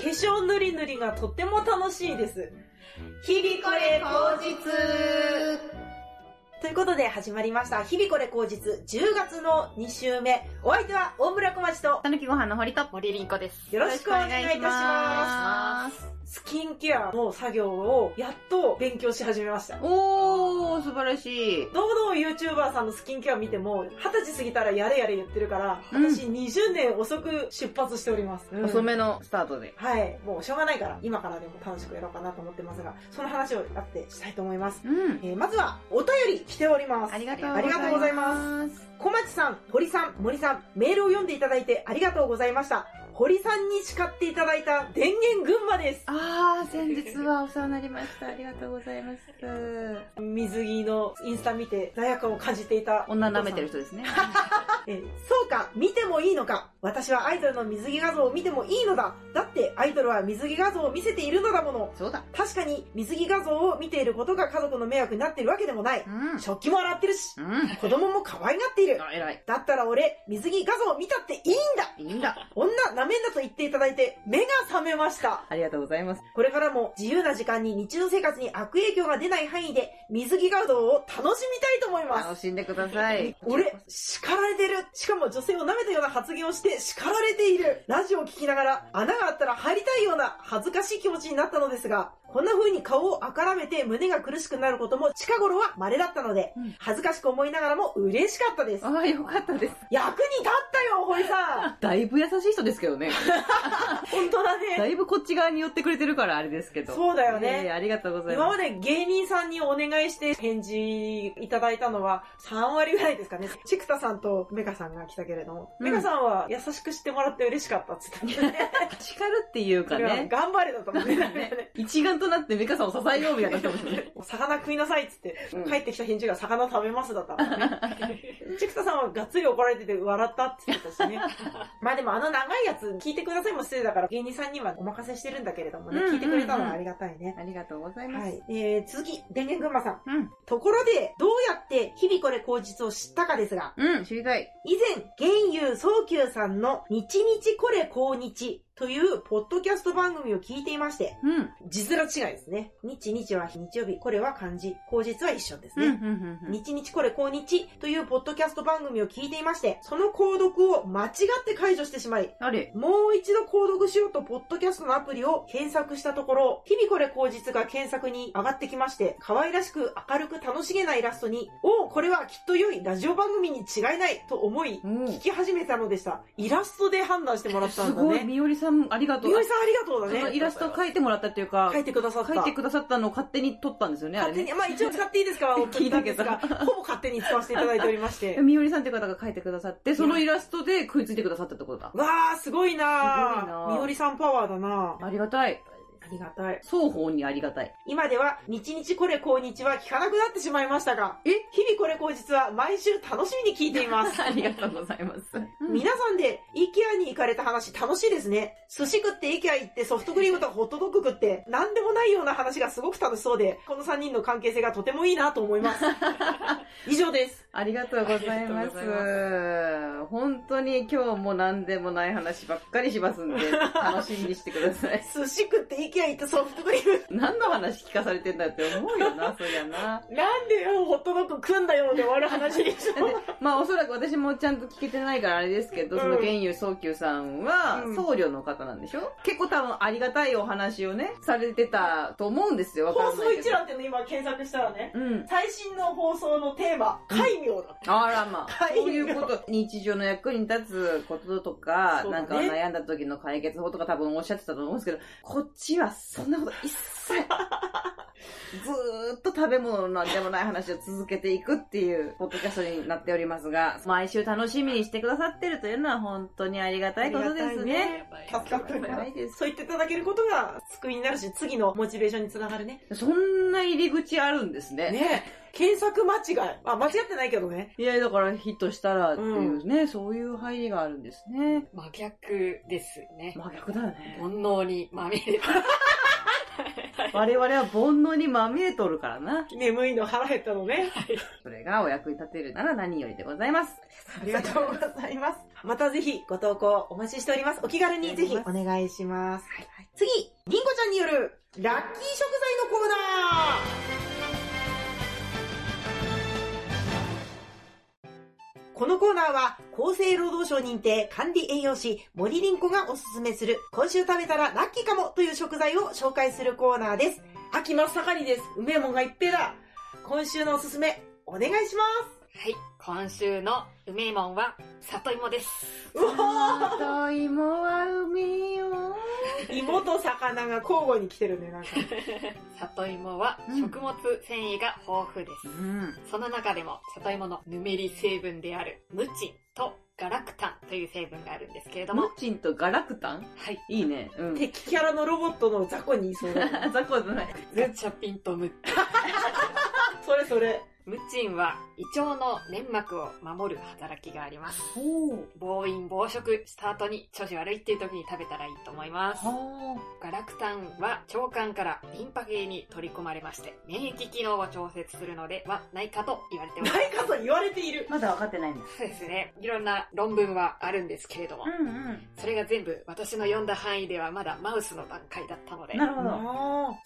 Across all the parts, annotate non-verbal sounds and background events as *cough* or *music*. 粧ぬりぬりがとっても楽しいです。日々これ当日ということで始まりました、日々これ口実10月の2週目。お相手は大村小町とたぬきご飯の堀と森凛子です。よろしくお願いいたしますスキンケアの作業をやっと勉強し始めました。おー、素晴らしい。堂々 YouTuber さんのスキンケア見ても、20歳過ぎたらやれやれ言ってるから、うん私20年遅く出発しております。うん遅めのスタートで。はい。もうしょうがないから、今からでも楽しくやろうかなと思ってますが、その話をあってしたいと思います。うん。えーまずは、お便り来ております。ありがとうありがとうございます。す。小町さん、堀さん、森さん、メールを読んでいただいてありがとうございました。堀さんに叱っていただいた電源群馬です。あー、先日はお世話になりました。ありがとうございます。水着のインスタ見て罪悪感を感じていた。女舐めてる人ですね。えーそうか、見てもいいのか。私はアイドルの水着画像を見てもいいのだ。だってアイドルは水着画像を見せているのだもの。 *laughs* そうだ。確かに水着画像を見ていることが家族の迷惑になってるわけでもない。うん。食器も洗ってるし、うん。子供も可愛がっている。あ、偉い。だったら俺、水着画像を見たっていいんだいいんだ。女なめんなと言っていただいて、目が覚めました。ありがとうございます。これからも自由な時間に日常生活に悪影響が出ない範囲で、水着画像を楽しみたいと思います。楽しんでください。俺、叱られてる。しかも女性を舐めたような発言をして叱られている。ラジオを聞きながら穴があったら入りたいような恥ずかしい気持ちになったのですが、こんな風に顔をあからめて胸が苦しくなることも近頃は稀だったのでうん、恥ずかしく思いながらも嬉しかったですあ。ー、よかったです。役に立ったよ、堀さん *laughs* だいぶ優しい人ですけ *laughs* どね。本当だだね。いぶこっち側に寄ってくれてるからあれですけど。そうだよええね。ありがとうござい今ます。まで芸人さんにお願いして返事いただいたのは3割ぐらいですかね。チクタさんとメカさんが来たけれども、うんメカさんは優しくしてもらって嬉しかったって言ってたね。叱るっていうかそれはね。頑張れだと思うなんかねね。一丸となって美香さんを支えようみたいな人もね。お魚食いなさいっつって、うん帰ってきた返事が魚食べますだった *laughs* もんね。チクタさんはがっつり怒られてて笑ったって言ってたしね。まあでもあの長いやつ聞いてくださいも失礼だから芸人さんにはお任せしてるんだけれどもね、うんうんうん聞いてくれたのはありがたいね。ありがとうございます。はい。えー、続き、電源群馬さん。うん。ところで、どうやって日々これ口実を知ったかですが、うん、知りたい。以前、源友早久さんの日々これ口日というポッドキャスト番組を聞いていまして、うん。字面違いですね。日日は日曜日、これは漢字、口実は一緒ですうん、うんね。、うん。日日これ今日というポッドキャスト番組を聞いていまして、その購読を間違って解除してしまい、あれもう一度購読しようと、ポッドキャストのアプリを検索したところ、日々これ口実が検索に上がってきまして、可愛らしく明るく楽しげなイラストに、おお、これはきっと良いラジオ番組に違いないと思い、うん聞き始めたのでした。イラストで判断してもらったすんだごい、ね。みおりさん、ありがとみう。よりさんありがとうだそのね。イラスト描いてもらったっていうか、書いてくださった。描いてくださったのを勝手に撮ったんですよね、あれ勝手ね。に、まあ一応使っていいですか *laughs* 聞いたけど送ったんです *laughs* がほぼ勝手に使わせていただいておりまして。みおりさんっていう方が描いてくださって、そのイラストで食いついてくださったってことだ。わー、すごいなすごいなー。あみほりさんパワーだなあありがたい。りがたい。双方にありがたい。今では、日々これ今日は聞かなくなってしまいましたが、え日々これ後日は毎週楽しみに聞いてい *laughs* ます。 *laughs* ありがとうございます。皆さんで、IKEA に行かれた話楽しいですね。寿司食って IKEA 行ってソフトクリームとかホットドッグ食って、なんでもないような話がすごく楽しそうで、この3人の関係性がとてもいいなと思い *laughs* ます。以上です。ありがとうございあまりがとうございす。本当に今日も何でもない話ばっかりしますんで、 *laughs* 楽しみにしてください。寿司食って IKEA 行ってソフトクリー *laughs* ム何の話聞かされてんだって思うよ *laughs* な、そりゃな。なんでホットドッグ組んだよで終わる話でしょまあおそらく私もちゃんと聞けてないからあれですけど、その玄友宗久さんはうん僧侶の方なんでしょ、結構多分ありがたいお話をね、されてたと思うんです *laughs* よ。わか放んな送いけ一ど覧っていうの今検索したらね、うん。最新の放送のテーマ、戒名だ。あらまあ、はいそういうこと、日常の役に立つこととか、そうだなねんか悩んだ時の解決法とか多分おっしゃってたと思うんですけど、こっちはそんなこと一切、ずーっと食べ物のなんでもない話を続けていくっていう、ポッドキャストになっておりますが、毎週楽しみにしてくださってるというのは本当にありがたいことですね。。助かったありがたね。いですそう言っていただけることが救いになるし、次のモチベーションにつながるね。そんな入り口あるんですね。ね検索間違い。あ、間違ってないけどね。いや、だからヒットしたらっていうね、そういう入りがあるんですね。真逆ですね。真逆だよね。煩悩にまみれた。我々は煩悩にまみれとるからな。眠いの腹減ったのね。それがお役に立てるなら何よりでございます。ありが *laughs* とうございます。またぜひご投稿お待ちしております。お気軽にぜひお願いします。次、りんごちゃんによるラッキー食材のコーナーこのコーナーは厚生労働省認定管理栄養士森りんこがおすすめする今週食べたらラッキーかもという食材を紹介するコーナーです。秋真っ盛りです。梅もんがいっぺだ。今週のおすすめお願いしまはい。今週のうめいもんは、里芋です。す。うおー里芋は海よ。芋と魚が交互に来てるね、なんか。里芋はうん食物繊維が豊富です。うん。その中でも、里芋のぬめり成分である、ムチンとガラクタンという成分があるんですけれどムも、ッチンとガラクタンはい。いいね。うん。敵キャラのロボットの雑魚にいそうだね。雑魚じゃない。グチャピンとムッそれそれ。ムチンは胃腸の粘膜を守る働きがあります。おー。暴飲暴食した後に調子悪いっていう時に食べたらいいと思います。はガラクタンは腸管からリンパ系に取り込まれまして、免疫機能を調節するのではないかと言われております。ないかと言われている。まだ分かってないんだ。そうですね。いろんな論文はあるんですけれども、うんうそれが全部私の読んだ範囲ではまだマウスの段階だったのでん。、なるほど。あ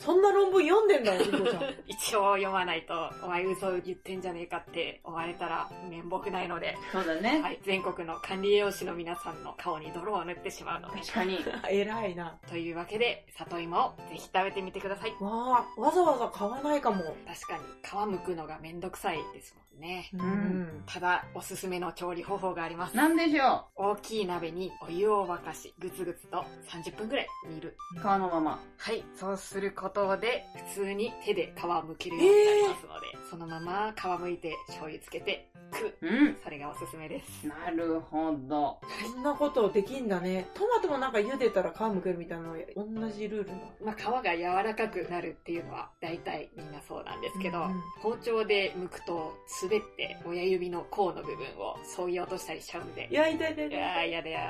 ーそんな論文読んでんだ、おりんごちゃん。一応読まないと、お前嘘言ってんじゃねえかって思われたら面目ないので、そうだね。はい、全国の管理栄養士の皆さんの顔に泥を塗ってしまうので。確かに。。偉いな。というわけで、里芋をぜひ食べてみてください。わあ、わざわざ買わないかも。確かに皮むくのがめんどくさいですもんね。うんただ、おすすめの調理方法があります。なんでしょ大きい鍋にお湯を沸かし、ぐつぐつと30分くらい煮る。う皮のまま。はい、そうすることで、普通に手で皮むけるようになりますので、そのまま皮むいて醤油つけて、食うう。ん。それがおすすめです。なるほど。そんなことできんだね。トマトもなんか茹でたら皮むけるみたいなの同じルールだ。まあ、皮が柔らかくなるっていうのは大体みんなそうなんですけど、うんうん包丁で剥くと滑って親指の甲の部分を削ぎ落としたりしちゃうんで、焼いたいたいいたやーやだや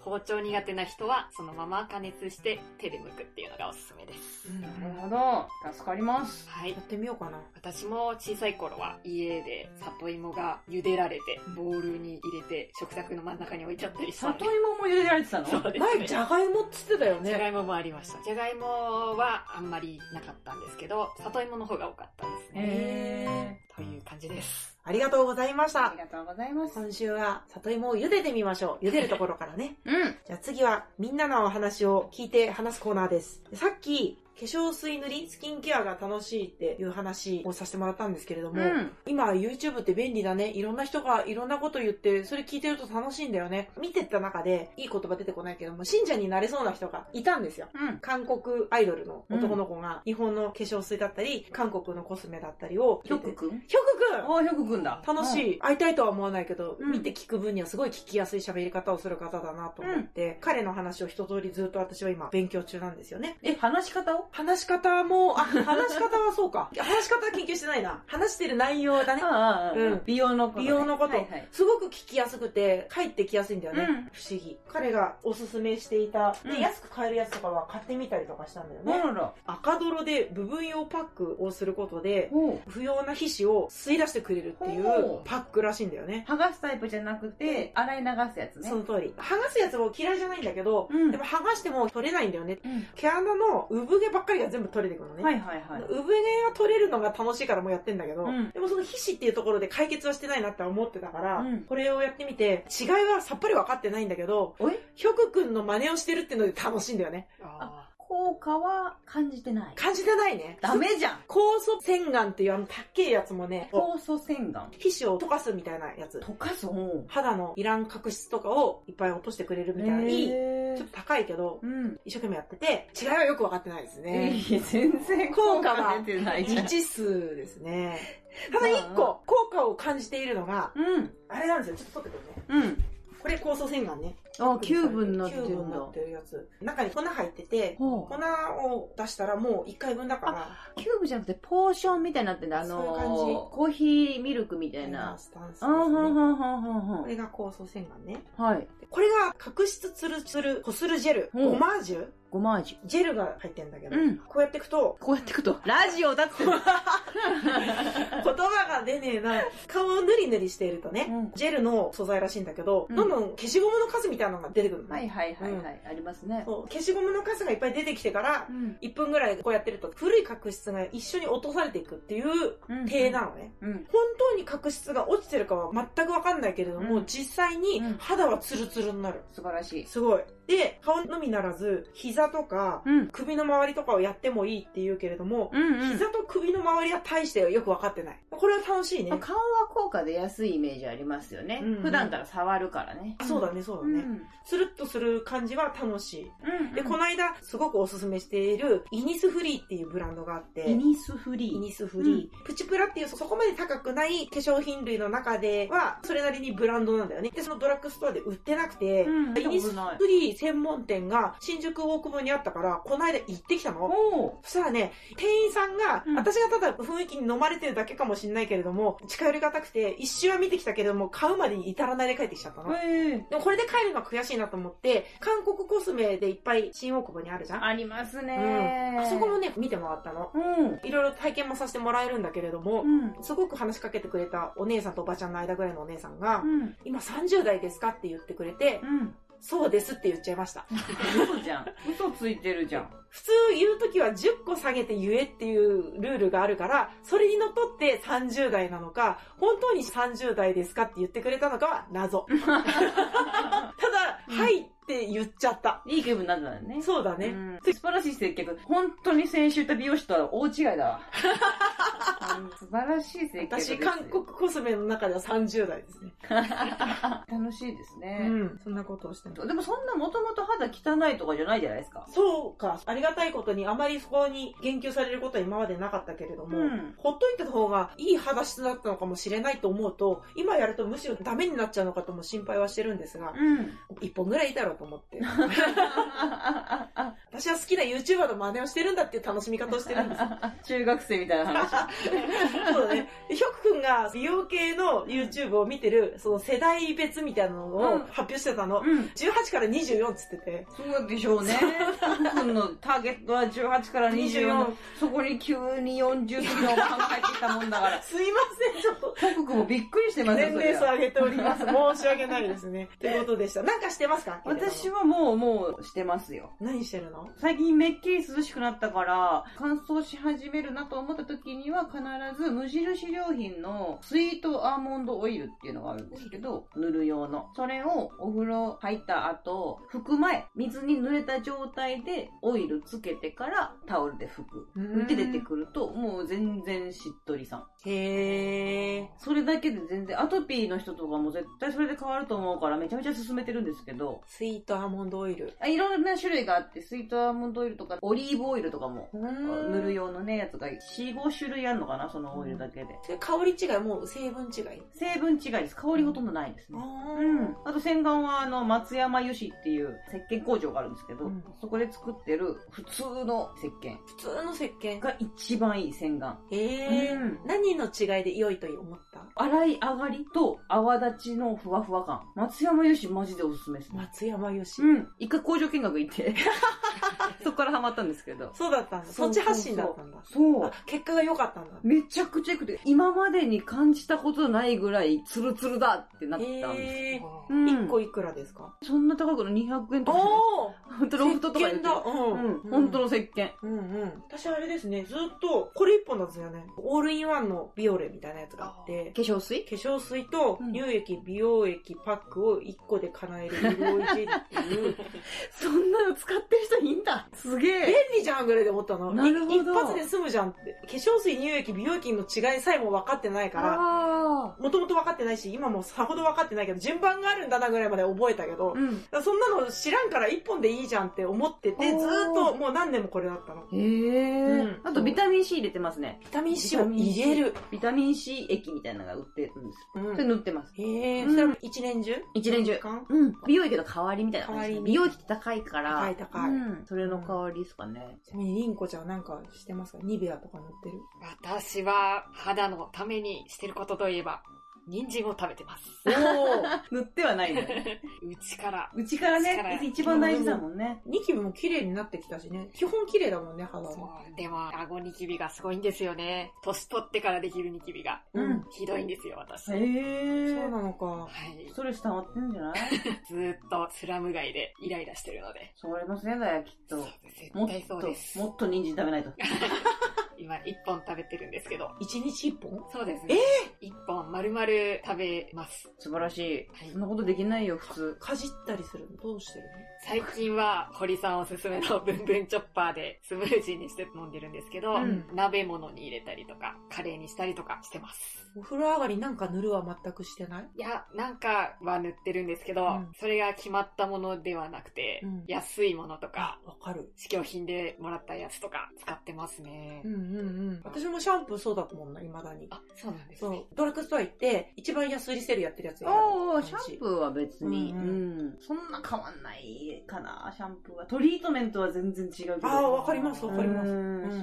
ー包丁苦手な人はそのまま加熱して手で剥くっていうのがおすすめです。うんなるほど。助かります。はいや。ってみようかな。私も小さい頃は家で里芋が茹でられて、ボウルに入れて食卓の真ん中に置いちゃったりしたので里芋も茹でられてたのそうです前、ね。じゃがいもっつってたよじゃがね。いももありました。じゃがいもはあんまりなかったんですけど、里芋の方が多かったですね。へという感じです。ありがとうございましー。あたり。がとうございます。今週は里芋を茹でてみましょう。茹でるところからね。うん。じゃあ次はみんなのお話を聞いて話すコーナーです。さっき化粧水塗り、スキンケアが楽しいっていう話をさせてもらったんですけれども、うん。今 YouTube って便利だね。いろんな人がいろんなこと言って、それ聞いてると楽しいんだよね。見てた中で、いい言葉出てこないけども、信者になれそうな人がいたんですよ。うん。韓国アイドルの男の子が、日本の化粧水だったり、韓国のコスメだったりを、ひょくくんひょくくんああ、ひょくくんだ。楽しい、会いたいとは思わないけど、うん見て聞く分にはすごい聞きやすい喋り方をする方だなと思って、彼の話を一通りずっと私は今勉強中なんですよね。うん。え、話し方を話し方も、あ、話し方はそうか。 *laughs* 話し方は研究してないな。話してる内容だね。ああ、うん美容のことね。美容のこと、はいはい。すごく聞きやすくて、帰ってきやすいんだよね。うん不思議。彼がおすすめしていた、でうん安く買えるやつとかは買ってみたりとかしたんだよあね。らら。赤泥で部分用パックをすることで、おう不要な皮脂を吸い出してくれるっていうほうパックらしいんだよね。剥がすタイプじゃなくて、洗い流すやつねそ。の通り。剥がすやつも嫌いじゃないんだけど、うんでも剥がしても取れないんだよね。うん毛穴の産毛ばっかりが全部取れてくるのね。はいはいはい。産毛が取れるのが楽しいからもうやってんだけど、うんでもその皮脂っていうところで解決はしてないなって思ってたから、うんこれをやってみて、違いはさっぱり分かってないんだけど、おいひょくくんの真似をしてるっていうので楽しいんだよね。あ効果は感じてない。感じてないね。ダメじゃん酵素洗顔っていうあのたっけえやつもね、酵素洗顔。皮脂を溶かすみたいなやつ。溶かすうん肌のいらん角質とかをいっぱい落としてくれるみたいな、いい、ちへょーっと高いけど、うん。一生懸命やってて、違いはよく分かってないですえね。ー全然効果が出てないじゃん。未知数ですね。 *laughs* ただ一個、効果を感じているのが、うん。あれなんですよ。ちょっと取ってくるね。うん。これ酵素洗顔ね。あ、キューブになってキューるブにんなだ。ってるやつ。中に粉入ってて、ほ粉うを出したらもう1回分だから、キューブじゃなくてポーションみたいになってんだ。あのそういう感じコーヒーミルクみたいな。スタンスですあ、ほんほんね。ほんほんほこん。れが酵素洗顔ね。はい。これが角質ツルツルこするジェル、うんオマージュごま味。ジェルが入ってんだけど、うんこうやっていくと、こうやっていく *laughs* と、ラジオだって。言葉が出ねえな。顔をぬりぬりしているとね、うんジェルの素材らしいんだけど、うんどんどん消しゴムの数みたいなのが出てくるの、はいはいはいはい。ありますね。そう消しゴムの数がいっぱい出てきてからう、ん。 1分ぐらいこうやってると古い角質が一緒に落とされていくっていううん体なのね。うん。本当に角質が落ちてるかは全くわかんないけれども、うん実際にうん肌はツルツルになる。素晴らしい。すごい。で、顔のみならず、膝とか、うん。首の周りとかをやってもいいって言うけれども、うんうん。膝と首の周りは大してよく分かってない。これは楽しいねまあ。顔は効果出やすいイメージありますよね。うんうん普段から触るからね。そうだね、そうだうん。うね。ん。つるっとする感じは楽しうんい。で、この間、すごくおすすめしている、イニスフリーっていうブランドがあって、イニスフリイー。ニスフリー、プチプラっていうそこまで高くない化粧品類の中では、それなりにブランドなんだよね。で、そのドラッグストアで売ってなくて、うん。イニスフない。リー専門店が新宿大久保にあったから、この間行ってきたの。おーそしたらね、店員さんが、うん私がただ雰囲気に飲まれてるだけかもしれないけれども、近寄りがたくて、一周は見てきたけれども、買うまでに至らないで帰ってきちゃったの。へえでもこれで帰るのは悔しいなと思って、韓国コスメでいっぱい新大久保にあるじゃんあありますね、そこもね、見てもらったの。うん。いろいろ体験もさせてもらえるんだけれどもう、ん。すごく話しかけてくれたお姉さんとおばちゃんの間ぐらいのお姉さんが、うん。今30代ですかって言ってくれて、うん。そうですって言っちゃいました。嘘じゃん。嘘ついてるじゃん。普通言うときは10個下げて言えっていうルールがあるから、それにのっとって30代なのか、本当に30代ですかって言ってくれたのかは *laughs* 謎。ただ、うんはいって言っちゃった。いい気分になったんだね。そうだね。うん素晴らしい接客。本当に先週言った美容師とは大違いだわ。うん素晴らしい接客です私、よ。韓国コスメの中では30代ですね。楽しいですうね。ん。そんなことをしてます。でもそんなもともと肌汚いとかじゃないじゃないですか。そうか。ありがたいことに、あまりそこに言及されることは今までなかったけれども、うんほっといた方がいい肌質だったのかもしれないと思うと、今やるとむしろダメになっちゃうのかとも心配はしてるんですが、うん。一本ぐらいいいだろうと思 *laughs* って。私は好きな YouTuber の真似をしてるんだっていう楽しみ方をしてるんです。中学生みたいな話。そうだね。でひょくくんが美容系の YouTube を見てる、その世代別みたいなのをうん発表してたの。うん。 18から24っつってて。そうでしょうね。僕のターゲットは18から24。そこに急に40過ぎのおばさんが入ってきたもんだから。すいません、ちょっと。韓国もびっくりしてますよ、年そ齢れ差は。上げており *laughs* ます。申し訳ないです *laughs* ね。ということでした。なんかしてますか私は。はもう、もうしてますよ。何してるの最近めっきり涼しくなったから、乾燥し始めるなと思った時には必ず無印良品のスイートアーモンドオイルっていうのがあるんですけど、塗る用の。それをお風呂入った後、拭く前、水に濡れた状態でオイルつけてからタオルで拭く。拭いて出てくると、もう全然しっとりさん。へー。それだけで全然、アトピーの人とかも絶対それで変わると思うからめちゃめちゃ勧めてるんですけど、スイートアーモンドオイル。あいろんな種類があって、スイートアーモンドオイルとか、オリーブオイルとかも、塗るよ。用のね、やつが4、5種類あるのかな、そのオイルだけで。それ香り違い、もう成分違い。成分違いです。香りほとんどないですあね。ーうん。あと洗顔は、あの、松山油脂っていう石鹸工場があるんですけど、うんそこで作ってる普通の石鹸普通の石鹸が一番いい洗顔。へえ、うん何の違いで良いと思った洗い上がりと泡立ちのふわふわ感。松山油脂マジでおすすめですね。松山よし、うん。一回工場見学行 *laughs* って、そこからハマったんですけど。そうだったんだそそうっそちうそう発信だったんだそうあ。結果が良かったんだめちゃくちゃ良くて、今までに感じたことないぐらいツルツルだってなったんです。へえう一ん個いくらですか、そんな高くの200円とか、ね、おお本当ロフトとかで売ってるだ、うんうん、本当の石鹸。うんうん、私あれですねずっとこれ一本なんですよねオールインワンのビオレみたいなやつがあって化粧水化粧水とうん乳液、美容液、パックを1個で叶える美容液っていう、 *laughs* そんなの使ってる人いいんだ。すげ便え。利じゃんぐらいで思ったの。なるほどい一発で済むじゃんって。化粧水、乳液、美容液の違いさえも分かってないから、ああ。もともと分かってないし、今もさほど分かってないけど、順番があるんだなぐらいまで覚えたけど、だかうん。らそんなの知らんから一本でいいじゃんって思ってて、ずおーーっともう何年もこれだったの。へえ、うんあとビタミン C 入れてますね。ビタミン C を入れる。ビタミン C 液みたいなのが売ってるんですよ。うそん。れ塗ってます。へえ、うんそれも一年中一年中時間うん。美容液の代わりみたいな感じですね代わりに美容液って高いから。高い高いうん。それの代わりですかね。ちなみに、りんこちゃんなんかしてますかニベアとか塗ってる。私は肌のためにしてることといえば、人参を食べてます。お塗ってはないね。うちから。うちからうちからね、一番大事だもんね。お。 *laughs* ニキビも綺麗になってきたしね。基本綺麗だもんね、肌そも。う。でも、顎ニキビがすごいんですよね。年取ってからできるニキビが。うん。ひどいんですよ、私。へはい。え。そうなのか。ストレス溜まってんじ *laughs* ゃないずーっとスラム街でイライラしてるので。それのせいだよ、きっと。そうも絶っ対そうですと、。もっと人参食べないと。 *laughs* 今、一本食べてるんですけど。一日一本そうですね。一本丸々食べます。素晴らしい。はいそんなことできないよ、普通。かじったりするのどうしてる最近は、堀さんおすすめのブンブンチョッパーでスムージーにして飲んでるんですけど、うん鍋物に入れたりとか、カレーにしたりとかしてます。のお風呂上がりなんか塗るは全くしてないいや、なんかは塗ってるんですけど、うんそれが決まったものではなくて、うん安いものとか、わかる。試供品でもらったやつとか使ってますね。うんうんうん。私もシャンプーそうだと思うな、未だに。あ、そうなんですね。そう。ドラッグストア行って、一番安いセールやってるやつ選ぶおー、シャンプーは別に、ううんん、うそんな変わんないかな、シャンプーは。トリートメントは全然違うけど。ああ、わかります、うわんかります。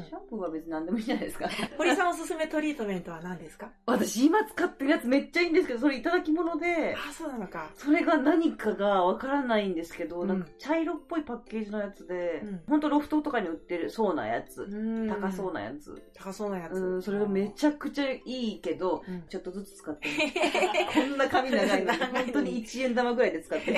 シャンプーは別に何でもいいんじゃないですか。 *laughs* 堀さんおすすめトリートメントは何ですか私今使ってるやつめっちゃいいんですけど、それいただき物で、あ、そうなのか。それが何かがわからないんですけど、うんなんか茶色っぽいパッケージのやつで、うんほんとロフトとかに売ってるそうなやつ。高そうな。なやつ。高そうなやつ。うん、それがめちゃくちゃいいけど、うんちょっとずつ使ってる。 *laughs* こんな髪長いのに、長いのに本当に1円玉ぐらいで使っ *laughs* てる。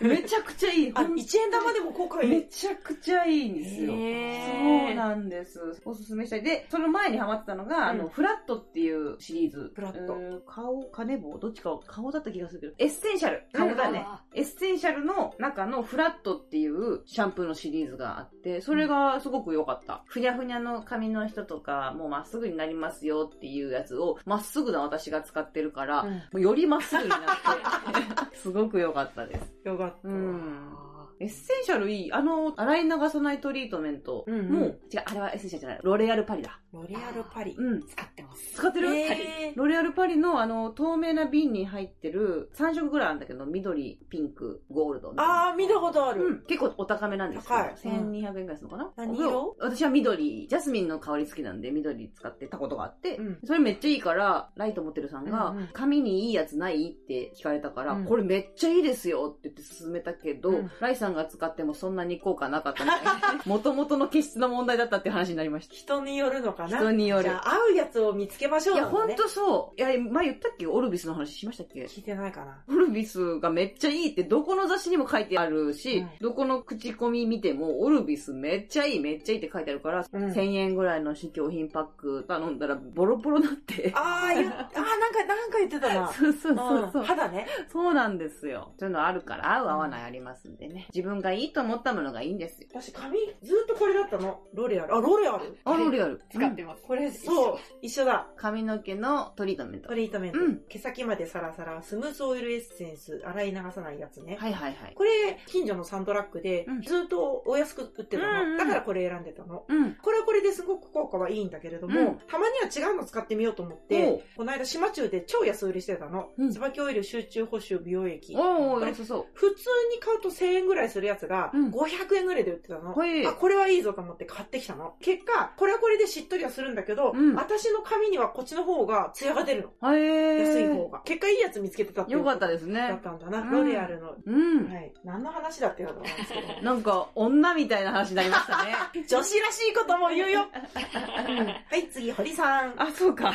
めちゃくちゃいい。あ、ほん1円玉でも効果いめい。ちゃくちゃいいんですよ。へーそうなんです。おすすめしたい。で、その前にハマってたのが、あうの、んフラットっていうシリーズ。フラットうん顔、金棒どっちか、顔だった気がするけど。エッセンシャル。顔だね。あエッセンシャルの中のフラットっていうシャンプーのシリーズがあって、それがすごく良かった。ふにゃふにゃの髪の人とか、もうまっすぐになりますよっていうやつを、まっすぐな私が使ってるから、もうんうよりまっすぐになって、 *laughs* すごく良かったです。よかった。うん。あエッセンシャルいい。あの、洗い流さないトリートメントも、うんうん違う、あれはエッセンシャルじゃない。ロレアルパリだ。ロリアルパリ。うん。使ってます。使ってる、えーロレアルパリのあの、透明な瓶に入ってる3色ぐらいあるんだけど、緑、ピンク、ゴールドみたいな。あー、見たことあうる。ん、結構お高めなんですけど、高いうん1200円ぐらいするのかな何色私は緑、ジャスミンの香り好きなんで緑使ってたことがあって、うんそれめっちゃいいから、ライト持ってるさんが、うんうん髪にいいやつないって聞かれたから、うんこれめっちゃいいですよって言って勧めたけど、うんライさんが使ってもそんなに効果なかった *laughs* みたいな。元々の気質の問題だったっていう話になりました。人によるのかな。人によじるゃ。あ、合うやつを見つけましょういや、なほのねんとそう。いや、前言ったっけオルビスの話しましたっけ聞いてないかな。オルビスがめっちゃいいってどこの雑誌にも書いてあるし、うんどこの口コミ見てもオルビスめっちゃいいめっちゃいいって書いてあるから、うん1000円ぐらいの試供品パック頼んだらボロボロなって。あー、言っあー、なんか、なんか言ってたな。。*laughs* そうそうそうそううん肌ね。そうなんですよ。そういうのあるから、合う合わないありますんでね。自分がいいと思ったものがいいんですよ。私、髪、ずっとこれだったの。ロレアル。あ、ロレアル。あ、ロリアル。使っうんてます。これ、そう。一緒だ。髪の毛のトリートメント。トはいリートメント。うん毛先までサラサラ、スムースオイルエッセンス、洗い流さないやつね。はいはい。これ、近所のサンドラッグでうん、ずっとお安く売ってたの。うんうんだからこれ選んでたの。うん。これはこれですごく効果はいいんだけれども、うんたまには違うの使ってみようと思って、この間島中で超安売りしてたの。うん椿オイル集中補修美容液。おこー、れ良さそ普通に買うと1000円ぐらいするやつが、うん500円ぐらいで売ってたの。はいあ、これはいいぞと思って買ってきたの。結果、これはこれでしっとりはするんだけど、うん私の髪にはこっちの方がツヤが出るの。う。へ安いー方。が。結果いいやつ見つけてたっていうよかったでですだねっ。たんだな。うんロレアルの。うん。はい。何の話だっていうのなんですけど。なんか、女みたいな話になりましたね。女子らしいことも言うよ。うんはい、次、堀さん。 *laughs* あ、そうか。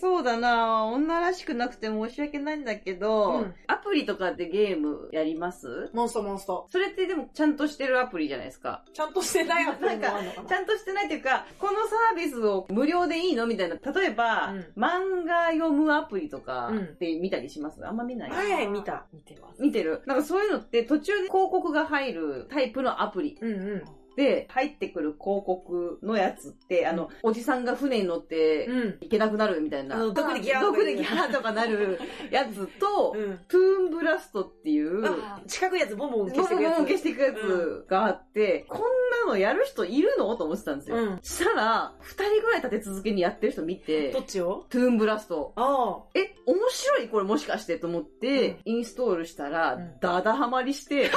そうだな女らしくなくて申し訳ないんだけど、うんアプリとかでゲームやりますモンストモンスト。それってでもちゃんとしてるアプリじゃないですか。ちゃんとしてないアプリもあるのかな。ちゃんとしてないというか、このサービスを無料でいいのみたいな。例えば、うん漫画読むアプリとかうんって見たりしますあんま見ない、はい、見た。見てます。見てる。なんかそういうのって途中で広告が入るタイプのアプリ。うんうん。って、入ってくる広告のやつって、あの、おじさんが船に乗ってうん。行けなくなるみたいな。あの毒でギャーとか毒でギャーとかなるやつと、うん。トゥーンブラストっていう、あ近くやつボンボン消しく消しててくやつ。消していくやつがあって、こんなのやる人いるのと思ってたんですよ。うんしたら、二人ぐらい立て続けにやってる人見てど、っちをトゥーンブラスト。あえ、面白いこれもしかしてと思って、インストールしたら、うんダダハマり *laughs* して、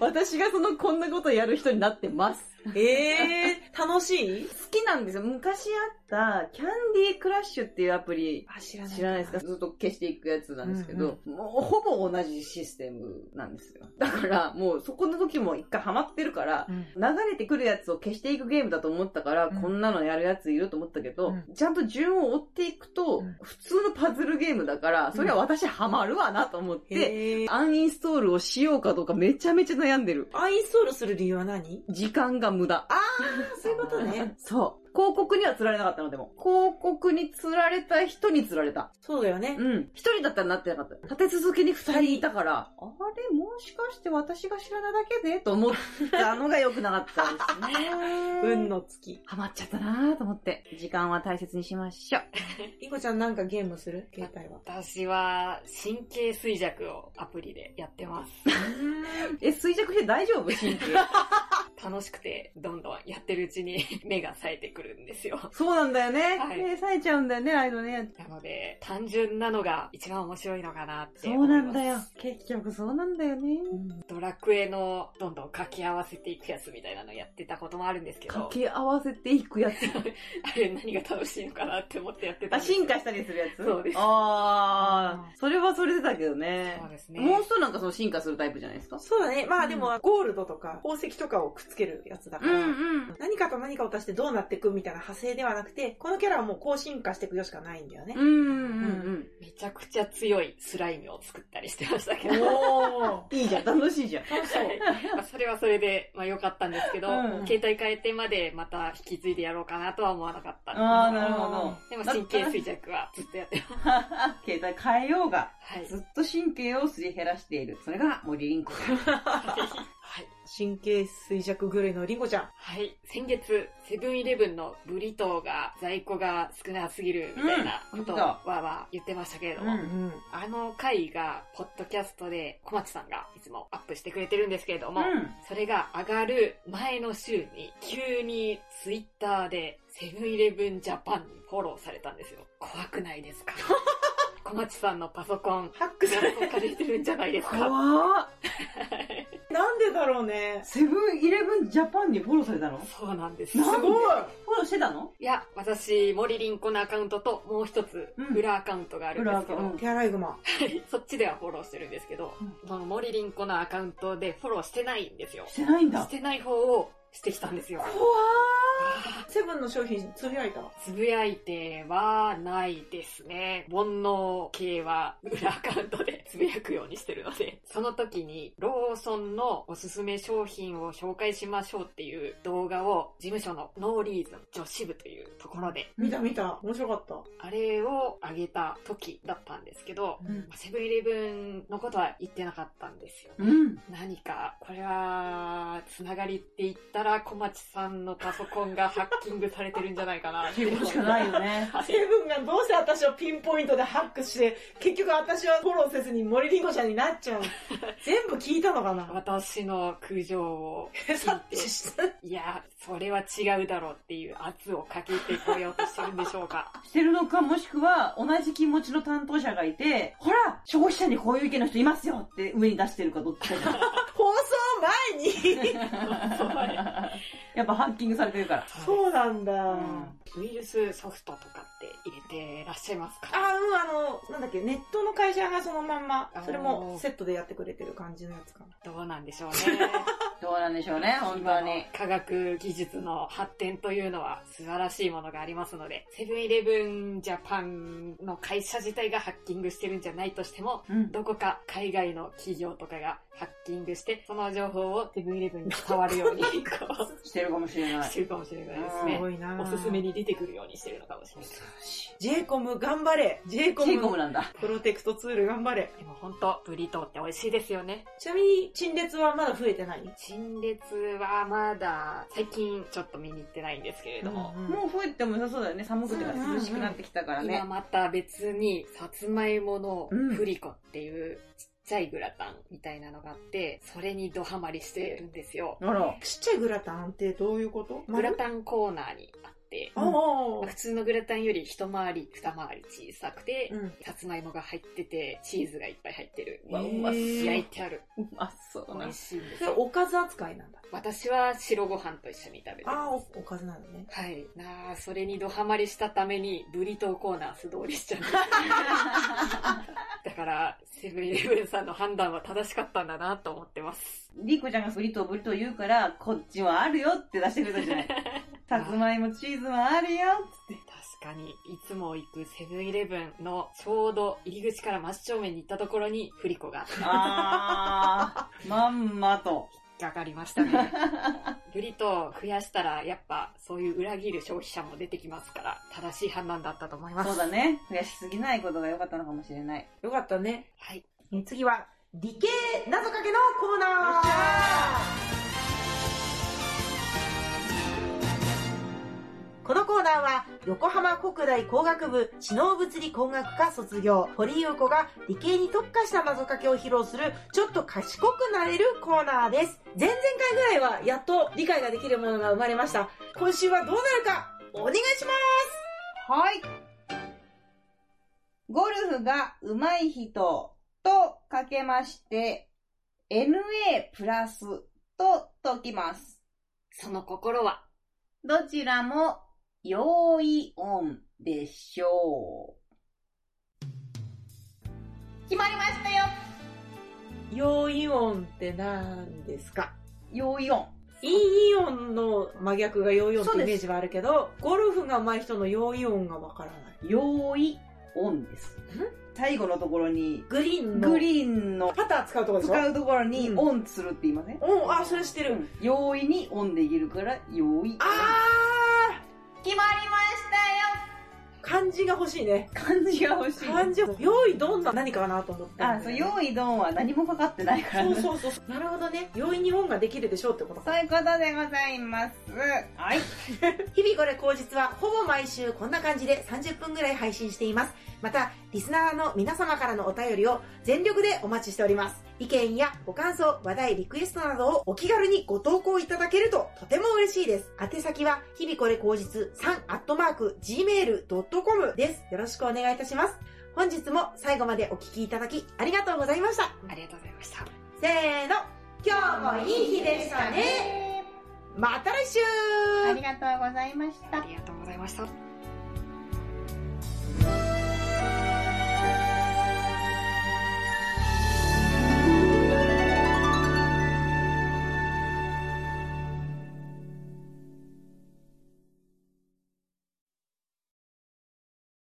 私がそのこんなことやる人になってます。あ。ええー、楽しい好きなんですよ。昔あった、キャンディークラッシュっていうアプリ、あ、知ら知らないですかずっと消していくやつなんですけど、もうほぼ同じシステムなんですよ。だから、もうそこの時も一回ハマってるから、うん。流れてくるやつを消していくゲームだと思ったから、うんこんなのやるやついると思ったけど、うんちゃんと順を追っていくと、うん普通のパズルゲームだから、それは私ハマるわなと思って、へえ。アンインストールをしようかどうかめちゃめちゃ悩んでる。アンインストールする理由は何時間が無駄。あそういうことね。そう。広告には釣られなかったのでも。広告に釣られた人に釣られた。そうだよね。。うん。一人だったらなってなかった。立て続けに二人いたから、あれもしかして私が知らないだけでと思ったのが良くなかった *laughs* ですね運。の月。ハマっちゃったなぁと思って。時間は大切にしましょう。リコちゃんなんかゲームする携帯は。私は神経衰弱をアプリでやっ *laughs* てます。え、衰弱して大丈夫 *laughs* 神経。楽しくて、どんどんやってるうちに *laughs* 目が冴えてくるんですよ。そうなんだよね。はいえ冴えちゃうんだよね、ああいうのね。なので、単純なのが一番面白いのかなってそ思ういまなす。んだよ。。結局そうなんだよね。ドラクエのどんどん掛け合わせていくやつみたいなのやってたこともあるんですけど掛、け合わせていくやつ。あれ何が楽しいのかなって思ってやって *laughs* たんあ、ですけど進化したりするやつそうですあー、それはそれでだけどねそう。ですね。モンストなんかその進化するタイプじゃないですか。そうだね。まあうんでも、ゴールドとか宝石とかをくっつけるやつだから。ん。何かと何かを足してどうなっていくみたいな派生ではなくて、このキャラはもうこう進化していくよしかないんだよねうん。うんめちゃくちゃ強いスライムを作ったりしてましたけうん。ど。おー。いいじゃん、楽しいじゃん。はいまあそれはそれで、まあ良かったんですけど、うん携帯変えてまでまた引き継いでやろうかなとは思わなかったんであー、なるほど。でも神経衰弱はずっとやってます。携帯変えようが。はい。ずっと神経をすり減らしている。それが森凛子。はい。 *laughs* 神経衰弱狂いのリンゴちゃん。はい。先月、セブンイレブンのブリトーが在庫が少なすぎるみたいなうんことを言っわーわー言ってましたけれども、ううんん。あの回が、ポッドキャストで小町さんがいつもアップしてくれてるんですけれども、それが上がる前の週に、急にツイッターでセブンイレブンジャパンにフォローされたんですよ。怖くないですか *laughs* 小町さんのパソコン、ハックグさラれフ化されてるんじゃないですか怖っなんでだろうね。セブンイレブンジャパンにフォローされたのそうなんです。なんすごい。フォローしてたのいや、私、森凛子のアカウントと、もう一つう、ん裏アカウントがあるんですけど、裏アカうん手洗いグマ。そっちではフォローしてるんですけど、うその森凛子のアカウントでフォローしてないんですよ。してないんだし。てない方をしてきたんですよ。怖セブンの商品つぶやいた。つぶやいてはないですね。煩悩系は裏アカウントで *laughs* つぶやくようにしてるので、その時にローソンのおすすめ商品を紹介しましょうっていう動画を事務所のノーリーズ女子部というところで、見た見た。面白かった。あれをあげた時だったんですけど、うんセブンイレブンのことは言ってなかったんですよ。うん。何か、これは、つながりって言ったら、小町さんのパソコンがハッキングされてるんじゃないかなっていうことしかない *laughs* よね。はいセブンがどうせ私をピンポイントでハックして、結局私はフォローせずに森りんごちゃんになっち *laughs* ゃう。全部聞いたのかな私の苦情を *laughs* 聞い察て知、した。いや、それは違うだろうっていう圧をかけてこようとしてるんでしょうか。してるのか、もしくは、同じ気持ちの担当者がいて、ほら消費者にこういう意見の人いますよって上に出してるかどっちかじゃん *laughs* 放送前にやっぱハッキングされてるから。そうなんだ。んウイルスソフトとかって入れてらっしゃいますかあ、うん、あの、なんだっけ、ネットの会社がそのまんまあ、ーそれもセットでやってくれてる感じのやつかな。どうなんでしょうね。どうなんでしょう *laughs* ね、本当に。科学技術の発展というのは素晴らしいものがありますので、セブンイレブンジャパンの会社自体がハッキングしてるんじゃないとしても、うん。どこか海外の企業とかがハッキングして、その情報をセブンイレブンに伝わるように、こしてるかもしれう、ないし。てるかもしれないですすねご。いなおすすめ。に出てくるようにしてるのかもしれない。ジェイコム頑張れジェイココムコムムなんだ。プロテクトツール頑張れでも本当、ブリトーって美味しいですよね。ちなみに、陳列はまだ増えてない陳陳列はまだ、最近ちょっと見に行ってないんですけれども、うんうんもう増えても良さそうだよね。寒くてから涼しくなってきたからね今。また別に、さつまいものうんフリコっていう、ちっちゃいグラタンみたいなのがあって、それにドハマりしてるんですよ。あら。ちっちゃいグラタンってどういうことグランタンコーナーにあって、ああ普。通のグラタンより一回り二回り小さくて、うんさつまいもが入ってて、チーズがいっぱい入ってる。うわうまそう焼いてある。あ、そう美な味。しいんですそれよ。おかず扱いなんだ。私は白ご飯と一緒に食べてああ、まおす。おかずなのね。はい。なあ、それにドハマりしたために、ブリトーコーナー素通りしちゃう。だから、セブンイレブンさんの判断は正しかったんだなと思ってます。リコちゃんがブリトーブリトー言うから、こっちもあるよって出してくれたじゃない。 *laughs* さつまいもチーズもあるよっつって。確かに、いつも行くセブンイレブンのちょうど入り口から真正面に行ったところにフリコがあってあー、まんま *laughs* と。引っかかりました *laughs* ね。ブリトー増やしたら、やっぱそういう裏切る消費者も出てきますから、正しい判断だったと思います。そうだね。増やしすぎないことが良かったのかもしれない。よかったね。はい。え次は、理系謎かけのコーナよっしーこのコーナーは、横浜国大工学部知能物理工学科卒業、堀井優子が理系に特化した謎かけを披露する、ちょっと賢くなれるコーナーです。前々回ぐらいは、やっと理解ができるものが生まれました。今週はどうなるか、お願いしますはい。ゴルフが上手い人とかけまして、NA プラスと解きます。その心は、どちらも用意音でしょう。決まりましたよ陽イオンって何ですか用意音。陰イオンの真逆が陽イオンってイメージはあるけど、ゴルフが上手い人の陽イオンがわからない。用意音です。最後のところに、グリーンの。グリーンのパター使うとこでしょ使うところにうんオンするって言いませんうん、あ、それ知ってる。容易にオンできるから、容易。あ決まりーま漢字が欲しいね。したよ漢字が欲しい。漢字、用意どんな何かなと思って。あ、そう、用意ドンは何もかかってないかそらうね。そう *laughs* そう。なるほどね。容易にオンができるでしょうってことかそういうことでございます。はい。日々これ口実はほぼ毎週こんな感じで30分ぐらい配信しています。また、リスナーの皆様からのお便りを全力でお待ちしております。意見やご感想、話題、リクエストなどをお気軽にご投稿いただけるととても嬉しいです。宛先は、日々これ口実3 gmail.com です。よろしくお願いいたします。本日も最後までお聞きいただきありがとうございました。ありがとうございました。せーの、今日もいい日でしたね。また来週ありがとうございましたあ。りがとうございました。